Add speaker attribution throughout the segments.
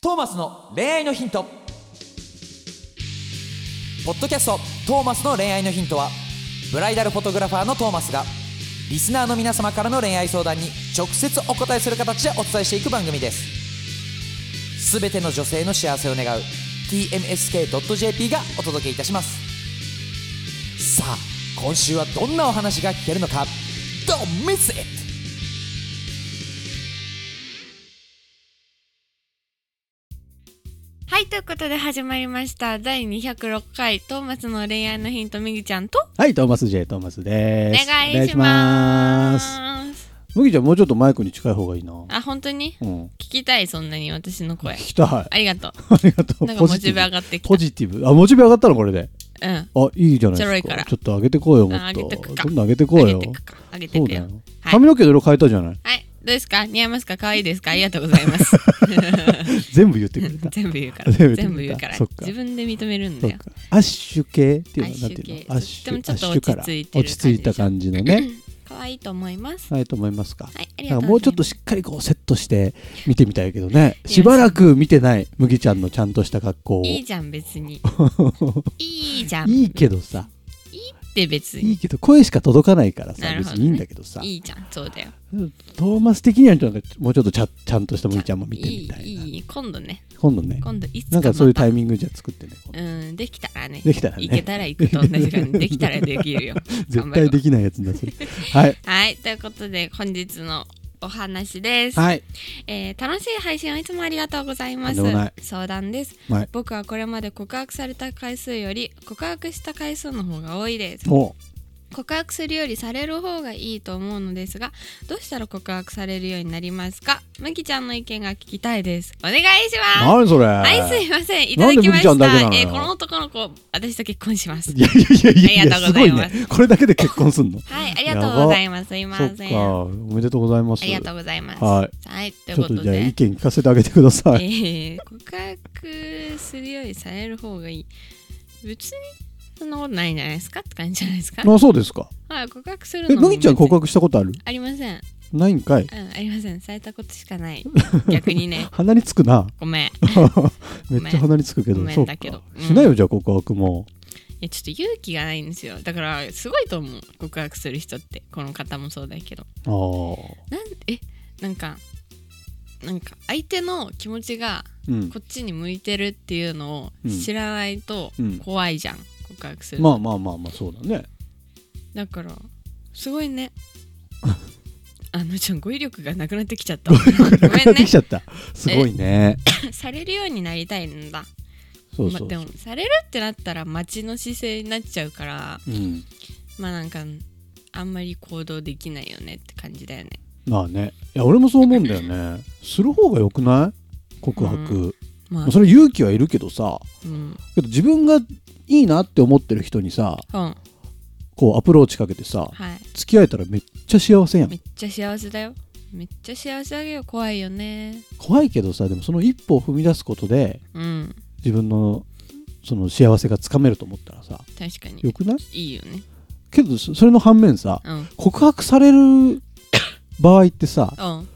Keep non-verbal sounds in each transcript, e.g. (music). Speaker 1: トーマスの恋愛のヒントポッドキャスト「トーマスの恋愛のヒントは」ブライダルフォトグラファーのトーマスがリスナーの皆様からの恋愛相談に直接お答えする形でお伝えしていく番組ですすべての女性の幸せを願う TMSK.jp がお届けいたしますさあ今週はどんなお話が聞けるのか Don't miss it!
Speaker 2: はい、ということで始まりました。第206回、トーマスの恋愛のヒント、みぎちゃんと、
Speaker 3: はい、トーマス J トーマス
Speaker 2: お
Speaker 3: で
Speaker 2: 願い
Speaker 3: す。
Speaker 2: しま
Speaker 3: お願い
Speaker 2: ー。
Speaker 3: します麦ちゃん、もうちょっとマイクに近い方がいいな。う
Speaker 2: あ、本当に
Speaker 3: ん。
Speaker 2: 聞きたい、そんなに私の声
Speaker 3: 聞。きたい。あ
Speaker 2: ありがと
Speaker 3: りがと
Speaker 2: う。
Speaker 3: う。
Speaker 2: なんか
Speaker 3: ポ
Speaker 2: モ
Speaker 3: ジテ
Speaker 2: チ
Speaker 3: ィ
Speaker 2: ベ上
Speaker 3: ブ。
Speaker 2: がってき
Speaker 3: ポジティブ。あ、モチベ上がったのこれで。
Speaker 2: た。うん。
Speaker 3: あ、いいじゃない
Speaker 2: ちょろ
Speaker 3: で
Speaker 2: い
Speaker 3: す
Speaker 2: から
Speaker 3: か。ちょっと上げてこうよ、も
Speaker 2: あ
Speaker 3: っ
Speaker 2: 上げてく
Speaker 3: と。
Speaker 2: か
Speaker 3: どんどん上げてこ
Speaker 2: 上
Speaker 3: う
Speaker 2: げ
Speaker 3: よ
Speaker 2: て。くか。上げて
Speaker 3: そう
Speaker 2: く
Speaker 3: だ
Speaker 2: よ。
Speaker 3: よ。
Speaker 2: はい
Speaker 3: 髪の毛いろいろ変えたじゃない。
Speaker 2: はい、どうですか似合いますか可愛いですかありがとうござい
Speaker 3: (laughs)
Speaker 2: ます。。
Speaker 3: 全部言ってくれた
Speaker 2: 全部言うから。
Speaker 3: 全部言ってくれた
Speaker 2: 全部言うから
Speaker 3: そっか。
Speaker 2: 自分で認めるんだ
Speaker 3: そう
Speaker 2: よ。
Speaker 3: か。アッシュ系っていうのはなんていうの
Speaker 2: ア
Speaker 3: ア
Speaker 2: ッ
Speaker 3: ッ
Speaker 2: シュ系で
Speaker 3: シュ。
Speaker 2: もちょっ
Speaker 3: ア
Speaker 2: と
Speaker 3: ッシュから
Speaker 2: 落ち着いてる
Speaker 3: 落ち着いた感じのね。
Speaker 2: 可愛いと思います。
Speaker 3: はい、と思いますか。
Speaker 2: はい、あり
Speaker 3: な
Speaker 2: がと
Speaker 3: んか
Speaker 2: う
Speaker 3: も
Speaker 2: ご
Speaker 3: うち
Speaker 2: ざ
Speaker 3: ょ
Speaker 2: い
Speaker 3: っ
Speaker 2: ま
Speaker 3: と
Speaker 2: す。
Speaker 3: しっかりこうセットして見てみたいけどね
Speaker 2: や
Speaker 3: しばらく見てない麦ちゃんのちゃんとした格好を
Speaker 2: いいじゃん、別
Speaker 3: (laughs)
Speaker 2: に。いいじゃん。
Speaker 3: いいけどさ
Speaker 2: で別に。
Speaker 3: いいけど声しか届かないからさ
Speaker 2: なるほ
Speaker 3: 別
Speaker 2: どね
Speaker 3: にいいんだけどさ
Speaker 2: いいじゃん、そうだよ。
Speaker 3: トーマス的にはちょっとなんかもうちょっとちゃちゃんとした麦ちゃんも見てみたいない
Speaker 2: い、今度ね。
Speaker 3: 今度ね
Speaker 2: 今度いつか
Speaker 3: な
Speaker 2: ま
Speaker 3: ん
Speaker 2: た。
Speaker 3: かそういうタイミングじゃ作ってね今度
Speaker 2: うん、できたらね。
Speaker 3: できたらね
Speaker 2: いけたら行くと同じ感じ。できたらできるよ。頑
Speaker 3: (laughs) 絶
Speaker 2: 張ろう
Speaker 3: 対できないやつだそれはい
Speaker 2: はい、ということで、本日のお話です。
Speaker 3: はい
Speaker 2: えー楽しい配信をいつもありがとうございます
Speaker 3: とんでもない。
Speaker 2: 相談です。
Speaker 3: はい
Speaker 2: 僕はこれまで告白された回数より告白した回数の方が多いです。
Speaker 3: お
Speaker 2: 告白するよりされる方がいいと思うのですが、どうしたら告白されるようになりますか？むきちゃんの意見が聞きたいです。お願いします。
Speaker 3: 何それ
Speaker 2: はい、すいません。いただきまし
Speaker 3: なんで麦ちゃんだけな
Speaker 2: た。
Speaker 3: のよ
Speaker 2: えーこの男の子、私と結婚します。
Speaker 3: いやいやいやい
Speaker 2: あ
Speaker 3: やいや
Speaker 2: りがとう
Speaker 3: す
Speaker 2: ござ
Speaker 3: ご
Speaker 2: い
Speaker 3: い
Speaker 2: ます
Speaker 3: ねこれだけで結婚すんの
Speaker 2: はい、ありがとうございます。すいま
Speaker 3: そ
Speaker 2: せ
Speaker 3: っか
Speaker 2: ん。
Speaker 3: おめでとうございます
Speaker 2: ありがとうございます。。
Speaker 3: はい
Speaker 2: という
Speaker 3: ちょ
Speaker 2: こ
Speaker 3: っと
Speaker 2: と
Speaker 3: じゃあ意
Speaker 2: で、
Speaker 3: 見聞かせてあげてください
Speaker 2: えー、告白するよりされる方がいい。別に、そんなことないんじゃないですかって感じじゃないですか。
Speaker 3: あそうですか
Speaker 2: はい、告白する
Speaker 3: え
Speaker 2: のも
Speaker 3: 麦ちゃん
Speaker 2: 別に
Speaker 3: 告白したことある
Speaker 2: ありません。
Speaker 3: ないんか (laughs) い
Speaker 2: うん、ありません。されたことしか
Speaker 3: (laughs)
Speaker 2: ない。逆にね、
Speaker 3: 鼻につくな
Speaker 2: ごめん。い
Speaker 3: めっちゃ鼻につくけ
Speaker 2: ご
Speaker 3: ど
Speaker 2: めん
Speaker 3: そう
Speaker 2: ごめんだ
Speaker 3: か
Speaker 2: けどうん
Speaker 3: しないよじゃあ告白も
Speaker 2: や、ちょっと勇気がないんですよ。だから、すごいと思う。告白する人って。この方もそうだけど。
Speaker 3: ああ
Speaker 2: なんえなんかなんか相手の気持ちが
Speaker 3: うん
Speaker 2: こっちに向いてるっていうのを知らないと
Speaker 3: うん
Speaker 2: 怖いじゃん、告白する、
Speaker 3: まあまあまあまあそうだね
Speaker 2: だからすごいね
Speaker 3: (laughs)
Speaker 2: あのちゃん語彙力がなくなってきちゃったごめ
Speaker 3: (laughs) や
Speaker 2: ん
Speaker 3: って
Speaker 2: ね
Speaker 3: きちゃったすごいね
Speaker 2: されるようになりたいんだ
Speaker 3: そうそう
Speaker 2: ま、でもされるってなったら待ちの姿勢になっちゃうから
Speaker 3: うん
Speaker 2: まあなんかあんまり行動できないよねって感じだよね
Speaker 3: まあねいや俺もそう思うんだよねする方が良くない告白
Speaker 2: ま
Speaker 3: まあそれ勇気はいるけどさ
Speaker 2: あうん
Speaker 3: けど自分がいいなって思ってる人にさ
Speaker 2: うん
Speaker 3: こうアプローチかけてさ
Speaker 2: はい
Speaker 3: 付き合えたらめっちゃ幸せやん
Speaker 2: めっちゃ幸せだよめっちゃ幸せだけど怖いよね
Speaker 3: 怖いけどさでもその一歩を踏み出すことで
Speaker 2: うん
Speaker 3: 自分のその幸せがつかめると思ったらさ
Speaker 2: 確かに
Speaker 3: よくない
Speaker 2: いいよね
Speaker 3: けどそそれの反面さ
Speaker 2: うん
Speaker 3: 告白さ
Speaker 2: (laughs)
Speaker 3: れる場合ってさ
Speaker 2: うん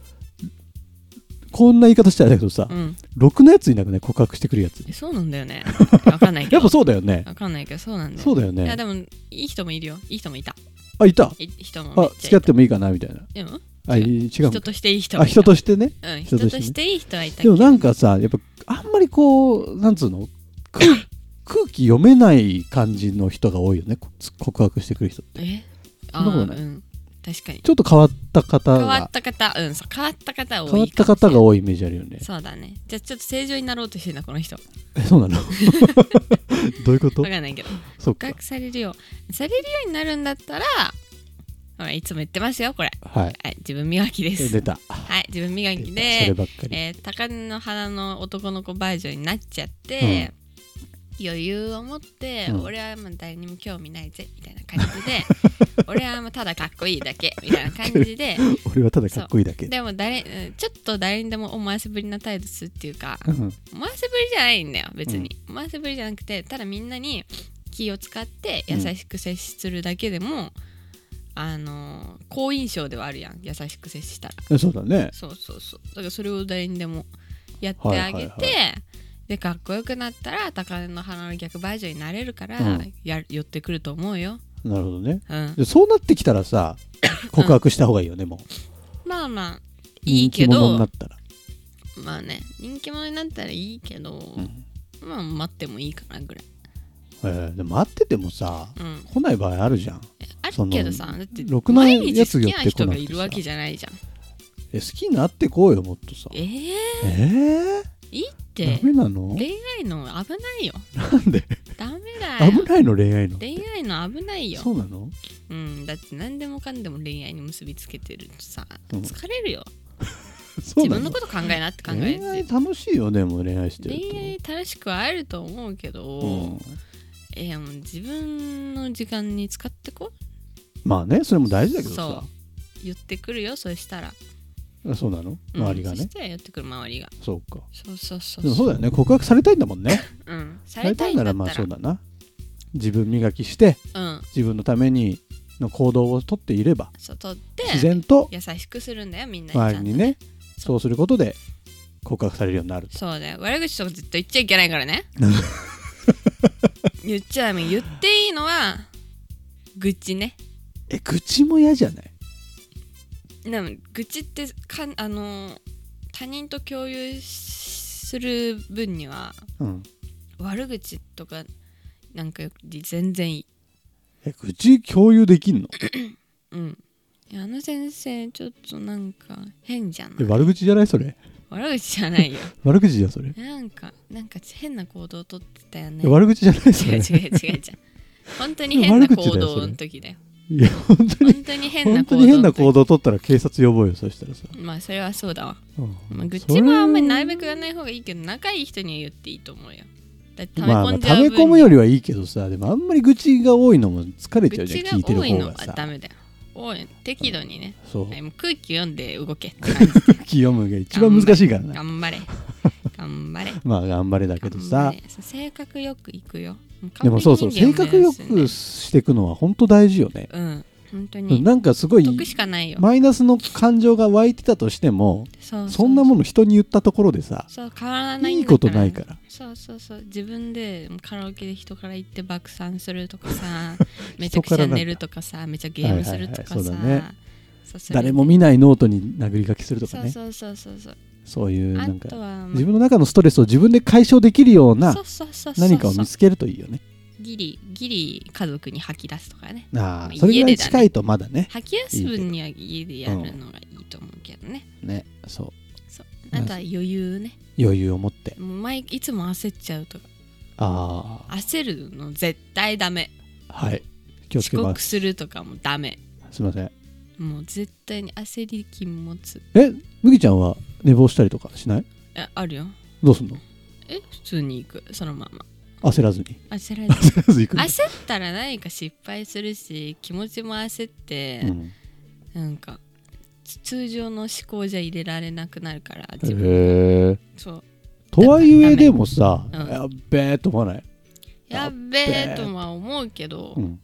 Speaker 3: こんな言い方したらあれだけどさ、
Speaker 2: うん
Speaker 3: ろくなやついなくね告白してくるやつ
Speaker 2: えそうなんだよ
Speaker 3: (laughs)
Speaker 2: ねわかんないけ
Speaker 3: やっ
Speaker 2: ど
Speaker 3: ぱそうだよね
Speaker 2: わかんないけどそうなんだよ
Speaker 3: そうだよ
Speaker 2: いや
Speaker 3: ね
Speaker 2: でもいい人もいるよいい人もいた
Speaker 3: あいた
Speaker 2: い人もめっちゃい
Speaker 3: あ
Speaker 2: た
Speaker 3: 付き合ってもいいかなみたいな
Speaker 2: うん
Speaker 3: あい違う
Speaker 2: 人としていい人も
Speaker 3: あ
Speaker 2: いた
Speaker 3: 人としてね
Speaker 2: うん人
Speaker 3: 人
Speaker 2: と
Speaker 3: としてね
Speaker 2: していい人はいたけ
Speaker 3: で
Speaker 2: ど
Speaker 3: もなんかさやっぱあんまりこうなんつうの空 (coughs) 空気読めない感じの人が多いよねこ告白してくる人
Speaker 2: え
Speaker 3: そ
Speaker 2: あ
Speaker 3: んなこと
Speaker 2: ー
Speaker 3: ない
Speaker 2: うん確かに
Speaker 3: ちょっと変わった方が
Speaker 2: 変わった方うんそう変わった方多い
Speaker 3: 変わった方が
Speaker 2: 多い
Speaker 3: 多いイメージある
Speaker 2: (laughs)
Speaker 3: よね。
Speaker 2: そうだねじゃあちょっと正常になろうとしてんだこの人わ
Speaker 3: え、そうなの (laughs) どういうこと
Speaker 2: かんないけど
Speaker 3: そ
Speaker 2: 告
Speaker 3: っか。
Speaker 2: 白されるようされるようになるんだったらほらいつも言ってますよこれ
Speaker 3: はい。
Speaker 2: (laughs) はい自分磨きで
Speaker 3: え
Speaker 2: す
Speaker 3: 出た。
Speaker 2: はい自分磨
Speaker 3: 出た
Speaker 2: き
Speaker 3: それ
Speaker 2: で、
Speaker 3: ばっかり。
Speaker 2: えー高根の花の男の子バージョンになっちゃって、余裕を持って、
Speaker 3: うん
Speaker 2: 俺はもう誰にも興味ないぜみたいな感じ
Speaker 3: (laughs)
Speaker 2: で俺はもうただかっこいいだけみたいな感じ
Speaker 3: (laughs)
Speaker 2: で
Speaker 3: 俺はただかっこいいだけ。
Speaker 2: でも誰うんちょっと誰にでも思わせぶりな態度するっていうか
Speaker 3: うん。
Speaker 2: 思わせぶりじゃないんだよ別に、思わせぶりじゃなくてただみんなに気を使って優しく接するだけでも、あのー好やってあげて、
Speaker 3: はいはい
Speaker 2: でかっこよくなったら高嶺の花の逆バージョンになれるから、
Speaker 3: うん
Speaker 2: や寄ってくると思うよ、
Speaker 3: なるほどね
Speaker 2: うん、
Speaker 3: でそうなってきたら
Speaker 2: (laughs)
Speaker 3: さ告白した方がいいよねもう
Speaker 2: まあまあいい
Speaker 3: 人
Speaker 2: け
Speaker 3: 気者にな
Speaker 2: ど
Speaker 3: ったら
Speaker 2: まあね人気者になったらいいけど、
Speaker 3: うん
Speaker 2: まあ待ってもいいかなぐらい、
Speaker 3: えーでも待っててもさ
Speaker 2: うん、
Speaker 3: 来ない場合あるじゃん
Speaker 2: あるけどさだって
Speaker 3: ろくな
Speaker 2: 毎
Speaker 3: や
Speaker 2: 日
Speaker 3: つ
Speaker 2: 好
Speaker 3: 寄
Speaker 2: き
Speaker 3: っ
Speaker 2: な
Speaker 3: てこ
Speaker 2: 人が
Speaker 3: なく
Speaker 2: い
Speaker 3: て
Speaker 2: る
Speaker 3: さ
Speaker 2: わけじゃないじゃん
Speaker 3: え好きになってこうよもっとさ
Speaker 2: えー、
Speaker 3: えー
Speaker 2: いいって
Speaker 3: ダメなの
Speaker 2: 恋愛の危ないよ
Speaker 3: なんで
Speaker 2: ダメだよ
Speaker 3: 危ないの恋愛の
Speaker 2: 恋愛の危ないよ
Speaker 3: そうなの (laughs)
Speaker 2: うん、だって何でもかんでも恋愛に結びつけてるとさ
Speaker 3: うん
Speaker 2: 疲れるよ、
Speaker 3: そう
Speaker 2: 自
Speaker 3: な
Speaker 2: 分の
Speaker 3: の
Speaker 2: こと考えなって考え
Speaker 3: 恋愛
Speaker 2: て
Speaker 3: 楽しいよねもう恋愛してると
Speaker 2: 恋愛楽しくはあると思うけど、
Speaker 3: うん
Speaker 2: いやもう自分の時間に使ってこ
Speaker 3: まあねそれも大事だけど
Speaker 2: そ
Speaker 3: さ
Speaker 2: 寄ってくるよそしたら、
Speaker 3: あそうなの
Speaker 2: うん
Speaker 3: 周りが
Speaker 2: そ
Speaker 3: ね
Speaker 2: したら寄ってくる周りが
Speaker 3: そうか
Speaker 2: そうそうそう
Speaker 3: でもそうだよね告白されたいんだもんね
Speaker 2: うん (laughs) さ
Speaker 3: さ
Speaker 2: れ
Speaker 3: れ
Speaker 2: た
Speaker 3: た
Speaker 2: い
Speaker 3: い
Speaker 2: んだ
Speaker 3: な
Speaker 2: ったら
Speaker 3: らまあそうだな自分磨きして
Speaker 2: うん
Speaker 3: 自分のためにの行動をとっていれば
Speaker 2: そう取って
Speaker 3: 自然と
Speaker 2: 優しくするんだよみんなにちゃん
Speaker 3: 周
Speaker 2: と
Speaker 3: りにねそうすることで告白されるようになる
Speaker 2: そうだよ悪口とか絶対言っちゃいけない
Speaker 3: (laughs)
Speaker 2: からね言っちゃダメ言っていいのは愚痴ね
Speaker 3: え愚痴も嫌じゃない
Speaker 2: でも愚痴ってかんあのー他人と共有しする分には
Speaker 3: うん
Speaker 2: 悪口とかなんかより全然いい
Speaker 3: え愚痴共有できんの
Speaker 2: うんいやあの先生ちょっとなんか変じゃな
Speaker 3: え
Speaker 2: い
Speaker 3: 悪口じゃないそれ
Speaker 2: 悪口じゃないよ
Speaker 3: 悪口じゃんそれ
Speaker 2: なんかなんか変な行動をとってたよね
Speaker 3: え悪口じゃないそ
Speaker 2: 違う
Speaker 3: れ
Speaker 2: 違う違う違う本当に変な行動の時だよ
Speaker 3: いや本当に
Speaker 2: 本当に変な行
Speaker 3: 本当
Speaker 2: 動
Speaker 3: に変な行動を取ったら警察呼ぼうよそしたらさ、
Speaker 2: まあそれはそうだわ、
Speaker 3: うん
Speaker 2: まあ、愚
Speaker 3: そ
Speaker 2: 痴
Speaker 3: れ
Speaker 2: はあんまりなるべくやらない方がいいけど仲いい人には言っていいと思うよだって溜め
Speaker 3: まあま
Speaker 2: 込
Speaker 3: あ
Speaker 2: んじゃ
Speaker 3: 溜
Speaker 2: う
Speaker 3: め
Speaker 2: 分に、
Speaker 3: 込むよりはいいけどさでもあんまり愚痴が多いのも疲れちゃ
Speaker 2: 愚
Speaker 3: うじ
Speaker 2: 痴
Speaker 3: ゃん
Speaker 2: が
Speaker 3: 聞いてる
Speaker 2: 多い
Speaker 3: 方
Speaker 2: の
Speaker 3: が
Speaker 2: は
Speaker 3: さ
Speaker 2: ダメだよ多い適度にね、
Speaker 3: そう
Speaker 2: はいもう空気読んで動け
Speaker 3: 空気読むが一番難しいからな
Speaker 2: 頑
Speaker 3: (laughs)
Speaker 2: 張れ頑張れ
Speaker 3: まあ頑張れだけど
Speaker 2: 頑
Speaker 3: さ
Speaker 2: 張れそう性格よくいくよも
Speaker 3: でもそうそう
Speaker 2: 完
Speaker 3: 性
Speaker 2: 璧
Speaker 3: 格
Speaker 2: 人間を
Speaker 3: よ
Speaker 2: 目指
Speaker 3: く
Speaker 2: す
Speaker 3: していくのは本当大事よ
Speaker 2: ん
Speaker 3: ね
Speaker 2: だようん本当に
Speaker 3: なんかすごい
Speaker 2: 得しかないよ、
Speaker 3: マイナスの感情が湧いてたとしても
Speaker 2: そうそう
Speaker 3: そんなもの人に言ったところでさ
Speaker 2: そう変わらない
Speaker 3: い
Speaker 2: ん
Speaker 3: い
Speaker 2: だ
Speaker 3: ことないから
Speaker 2: そうそうそう自分でカラオケで人から行って爆散するとか
Speaker 3: (laughs)
Speaker 2: さめちゃ
Speaker 3: 人
Speaker 2: くち
Speaker 3: から
Speaker 2: ゃ
Speaker 3: なんだ
Speaker 2: 寝るとかさめちゃゲームするとかさ、
Speaker 3: はいはいはいそうだね
Speaker 2: そうそれ
Speaker 3: 誰も見ないノートに殴り書きするとかね
Speaker 2: そうそうそうそうそう
Speaker 3: そういう
Speaker 2: あ
Speaker 3: なん
Speaker 2: と
Speaker 3: か
Speaker 2: は、
Speaker 3: 自分の中のストレスを自分で解消できるような
Speaker 2: そうそうそうそう
Speaker 3: 何かを見つけるといいよね
Speaker 2: ギリギリ家族に吐き出すとかね
Speaker 3: ああ
Speaker 2: 家でだね
Speaker 3: それぐらい近いとまだね
Speaker 2: 吐き出す分には家でやるのがいいと思うけどね、
Speaker 3: ねそう
Speaker 2: そうあとは余裕ね
Speaker 3: 余裕を持って
Speaker 2: もう毎いつも焦っちゃうとか
Speaker 3: あ
Speaker 2: 焦るの絶対ダメ
Speaker 3: あはい気をつけ
Speaker 2: 遅
Speaker 3: ま
Speaker 2: 刻
Speaker 3: す
Speaker 2: するとかもダメ
Speaker 3: すいません
Speaker 2: もう絶対に焦り禁物
Speaker 3: え麦ちゃんは寝坊したりとかしない
Speaker 2: ああるよ
Speaker 3: どうすんの
Speaker 2: え普通に行くそのまま
Speaker 3: 焦らずに
Speaker 2: 焦らず
Speaker 3: (laughs) 焦らず行くんだ
Speaker 2: (laughs) 焦ったら何か失敗するし気持ちも焦って、
Speaker 3: うん
Speaker 2: なんかつ通常の思考じゃ入れられなくなるから自分
Speaker 3: へえ
Speaker 2: そう
Speaker 3: とはいえでもさ、
Speaker 2: ダメうん
Speaker 3: やっべえと思わない、
Speaker 2: や
Speaker 3: や
Speaker 2: っ
Speaker 3: っ
Speaker 2: べえとは思うけど、
Speaker 3: うん、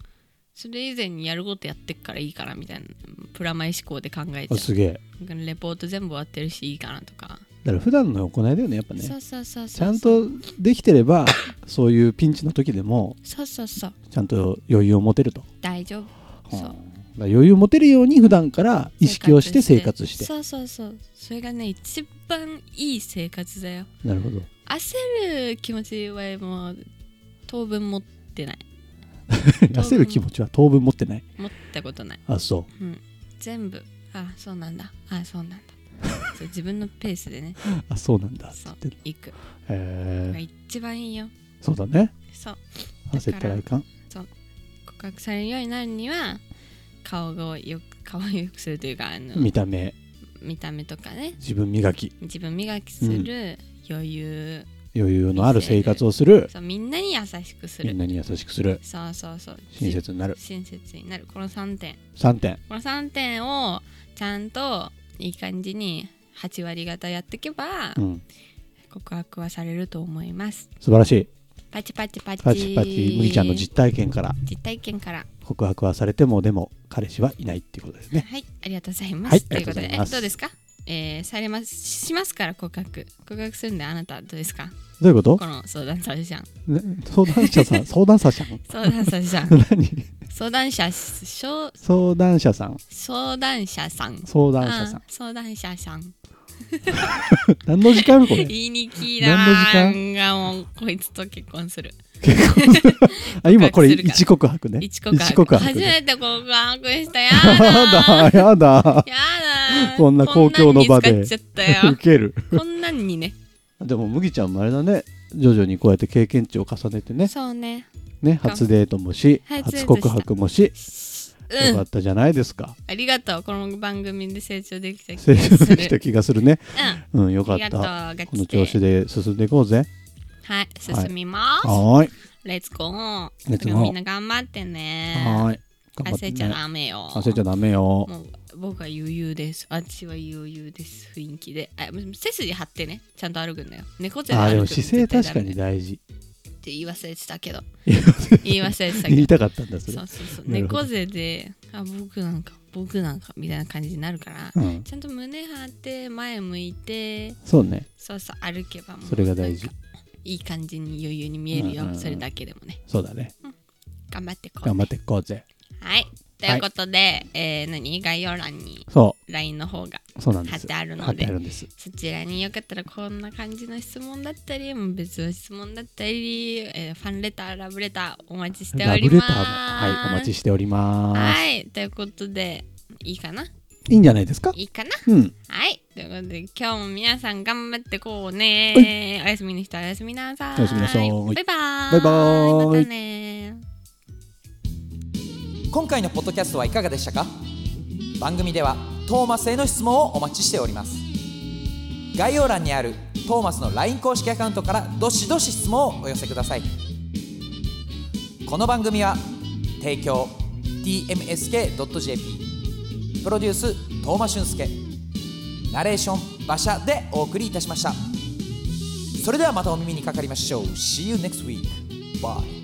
Speaker 2: それ以前にやることやってっからいいからみたいなプラマイ思考で考え
Speaker 3: あ
Speaker 2: ちゃ
Speaker 3: すげえ
Speaker 2: うなんかレポート全部終わってるしいいかなとか、
Speaker 3: だから普段の行いだよねやっぱね
Speaker 2: そうそうそうそう
Speaker 3: ちゃんとできてればそういうピンチの時でも
Speaker 2: そうそうそう
Speaker 3: ちゃんと余裕を持てると、
Speaker 2: 大丈夫そう
Speaker 3: だから余裕を持てるように普段から意識をして生活して
Speaker 2: そうそうそうそれがね一番いい生活だよ
Speaker 3: なるほど
Speaker 2: 焦る気持ちはもう当分持ってない
Speaker 3: 焦る気持ちは当分持ってない
Speaker 2: 持ったことない、
Speaker 3: あそ
Speaker 2: うん、全部あそうなんだあそうなん
Speaker 3: (laughs)
Speaker 2: だそう自分のペースでね
Speaker 3: うあそうなんだっつ
Speaker 2: そう
Speaker 3: ってへ
Speaker 2: 行くが
Speaker 3: え
Speaker 2: 一番いいよ
Speaker 3: そうだね
Speaker 2: そう
Speaker 3: 焦ったらいかん
Speaker 2: 告白されるようになるには顔がよく顔をよくするというかあの
Speaker 3: 見た目
Speaker 2: 見た目とかね
Speaker 3: 自分磨き
Speaker 2: 自分磨きする余裕、
Speaker 3: 余裕のある生活をする
Speaker 2: そうみんなに優しくす
Speaker 3: み
Speaker 2: る
Speaker 3: んなに優しくする
Speaker 2: そうそうそう
Speaker 3: 親切になる
Speaker 2: 親切になるこの3点
Speaker 3: 3点
Speaker 2: この3点をちゃんといい感じに8割方やっていけば
Speaker 3: うん
Speaker 2: 告白はされると思います
Speaker 3: 素晴らしい
Speaker 2: パチパチパチ
Speaker 3: パチパチ麦ちゃんの実体験から
Speaker 2: 実体験から
Speaker 3: 告白はされてもでも彼氏はいないっていうことですね
Speaker 2: はいありがとうございます、
Speaker 3: はい
Speaker 2: ということで
Speaker 3: ありがとうございます
Speaker 2: えどうですかえーされますしますから告白告白するんであなたどうですか
Speaker 3: どういうこと
Speaker 2: この相談者じゃん
Speaker 3: ね、相談者さん相談者さん (laughs)
Speaker 2: 相談者じゃん
Speaker 3: 何
Speaker 2: 相談者しょう
Speaker 3: 相談者さん
Speaker 2: 相談者さん
Speaker 3: 相談者さん
Speaker 2: あ相談者さん
Speaker 3: 何の時間あるこれ
Speaker 2: 言いにきだー
Speaker 3: 何
Speaker 2: がもうこいつと結婚する
Speaker 3: あ今これ
Speaker 2: 告白するから
Speaker 3: 一告白ね
Speaker 2: 一告白初
Speaker 3: ね
Speaker 2: めて告白したやだ
Speaker 3: (laughs) やだやだ
Speaker 2: やだ
Speaker 3: こんな公共の場で
Speaker 2: こんなんに使っちゃった
Speaker 3: (laughs)
Speaker 2: よ
Speaker 3: ウケる
Speaker 2: こんなんにね
Speaker 3: でも麦ちゃんもあれだね徐々にこうやって経験値を重ねてね
Speaker 2: そうね
Speaker 3: ね初デートもし
Speaker 2: はい
Speaker 3: 初告白もし
Speaker 2: う
Speaker 3: よ
Speaker 2: ん
Speaker 3: かったじゃないですか
Speaker 2: ありがとうこの番組で成長できた気
Speaker 3: 成
Speaker 2: が
Speaker 3: 長
Speaker 2: す
Speaker 3: できた
Speaker 2: る
Speaker 3: 気がするね
Speaker 2: うん
Speaker 3: うんよ
Speaker 2: あ
Speaker 3: かっ
Speaker 2: りがとう
Speaker 3: た
Speaker 2: が来て
Speaker 3: この調子で進んでいこうぜ
Speaker 2: はい進みます、
Speaker 3: はーい
Speaker 2: レッツゴー
Speaker 3: レッツゴ
Speaker 2: だから
Speaker 3: ー
Speaker 2: みんな頑張ってね
Speaker 3: はーい頑張って
Speaker 2: 焦っちゃ
Speaker 3: ね
Speaker 2: ダメよ
Speaker 3: 焦っちゃダメよ
Speaker 2: もう僕は悠々です。あっちは悠々です。雰囲気で。あ背筋張ってね。ちゃんと歩くんだよ。猫背
Speaker 3: あー
Speaker 2: 歩
Speaker 3: で
Speaker 2: く
Speaker 3: も
Speaker 2: の
Speaker 3: 姿勢
Speaker 2: 絶対
Speaker 3: 確
Speaker 2: ダ
Speaker 3: か
Speaker 2: メ
Speaker 3: に
Speaker 2: ね
Speaker 3: 大事
Speaker 2: って言い忘れてたけど。
Speaker 3: 言
Speaker 2: 言い忘れてたけ
Speaker 3: い
Speaker 2: ど。
Speaker 3: たかったんだそれ
Speaker 2: そうそうそう。
Speaker 3: なるほど
Speaker 2: 猫背で、あ、僕なんか、僕なんかみたいな感じになるから、
Speaker 3: うん
Speaker 2: ちゃんと胸張って、前向いて、
Speaker 3: そうね
Speaker 2: そうそう、歩けばもう
Speaker 3: それが大事
Speaker 2: なんかいい感じに余裕に見えるよ。
Speaker 3: うんうんうん
Speaker 2: それだけでもね。
Speaker 3: そうだね
Speaker 2: 頑張ってこう。
Speaker 3: 頑張っていこうぜ
Speaker 2: はい。ということで、えー何概要欄に
Speaker 3: そ
Speaker 2: LINE の方が
Speaker 3: うそうなんで
Speaker 2: 貼っ
Speaker 3: す
Speaker 2: てある
Speaker 3: 貼
Speaker 2: の
Speaker 3: って
Speaker 2: で
Speaker 3: あ。るんです
Speaker 2: そちらによかったらこんな感じの質問だったりもう別の質問だったり、えーファンレターラブレターお待ちしてお
Speaker 3: ラ
Speaker 2: り
Speaker 3: ブ
Speaker 2: ま
Speaker 3: レ
Speaker 2: す
Speaker 3: ターもはいお待ち
Speaker 2: し
Speaker 3: しており
Speaker 2: て
Speaker 3: ます
Speaker 2: はいということでいいかない
Speaker 3: いんじゃないですか
Speaker 2: いいかな
Speaker 3: うん
Speaker 2: はいということで今日も皆さん頑張ってこうねおやすみの人はおやすみなさい
Speaker 3: おやすみなさ
Speaker 2: バ
Speaker 3: い
Speaker 2: イバーイ
Speaker 3: バイバーイ
Speaker 2: またね
Speaker 1: 今回のポッドキャストはいかがでしたか番組ではトーマスへの質問をお待ちしております概要欄にあるトーマスの LINE 公式アカウントからどしどし質問をお寄せくださいこの番組は提供 tmsk.jp プロデューストーマ俊介ナレーション馬車でお送りいたしましたそれではまたお耳にかかりましょう See you next week Bye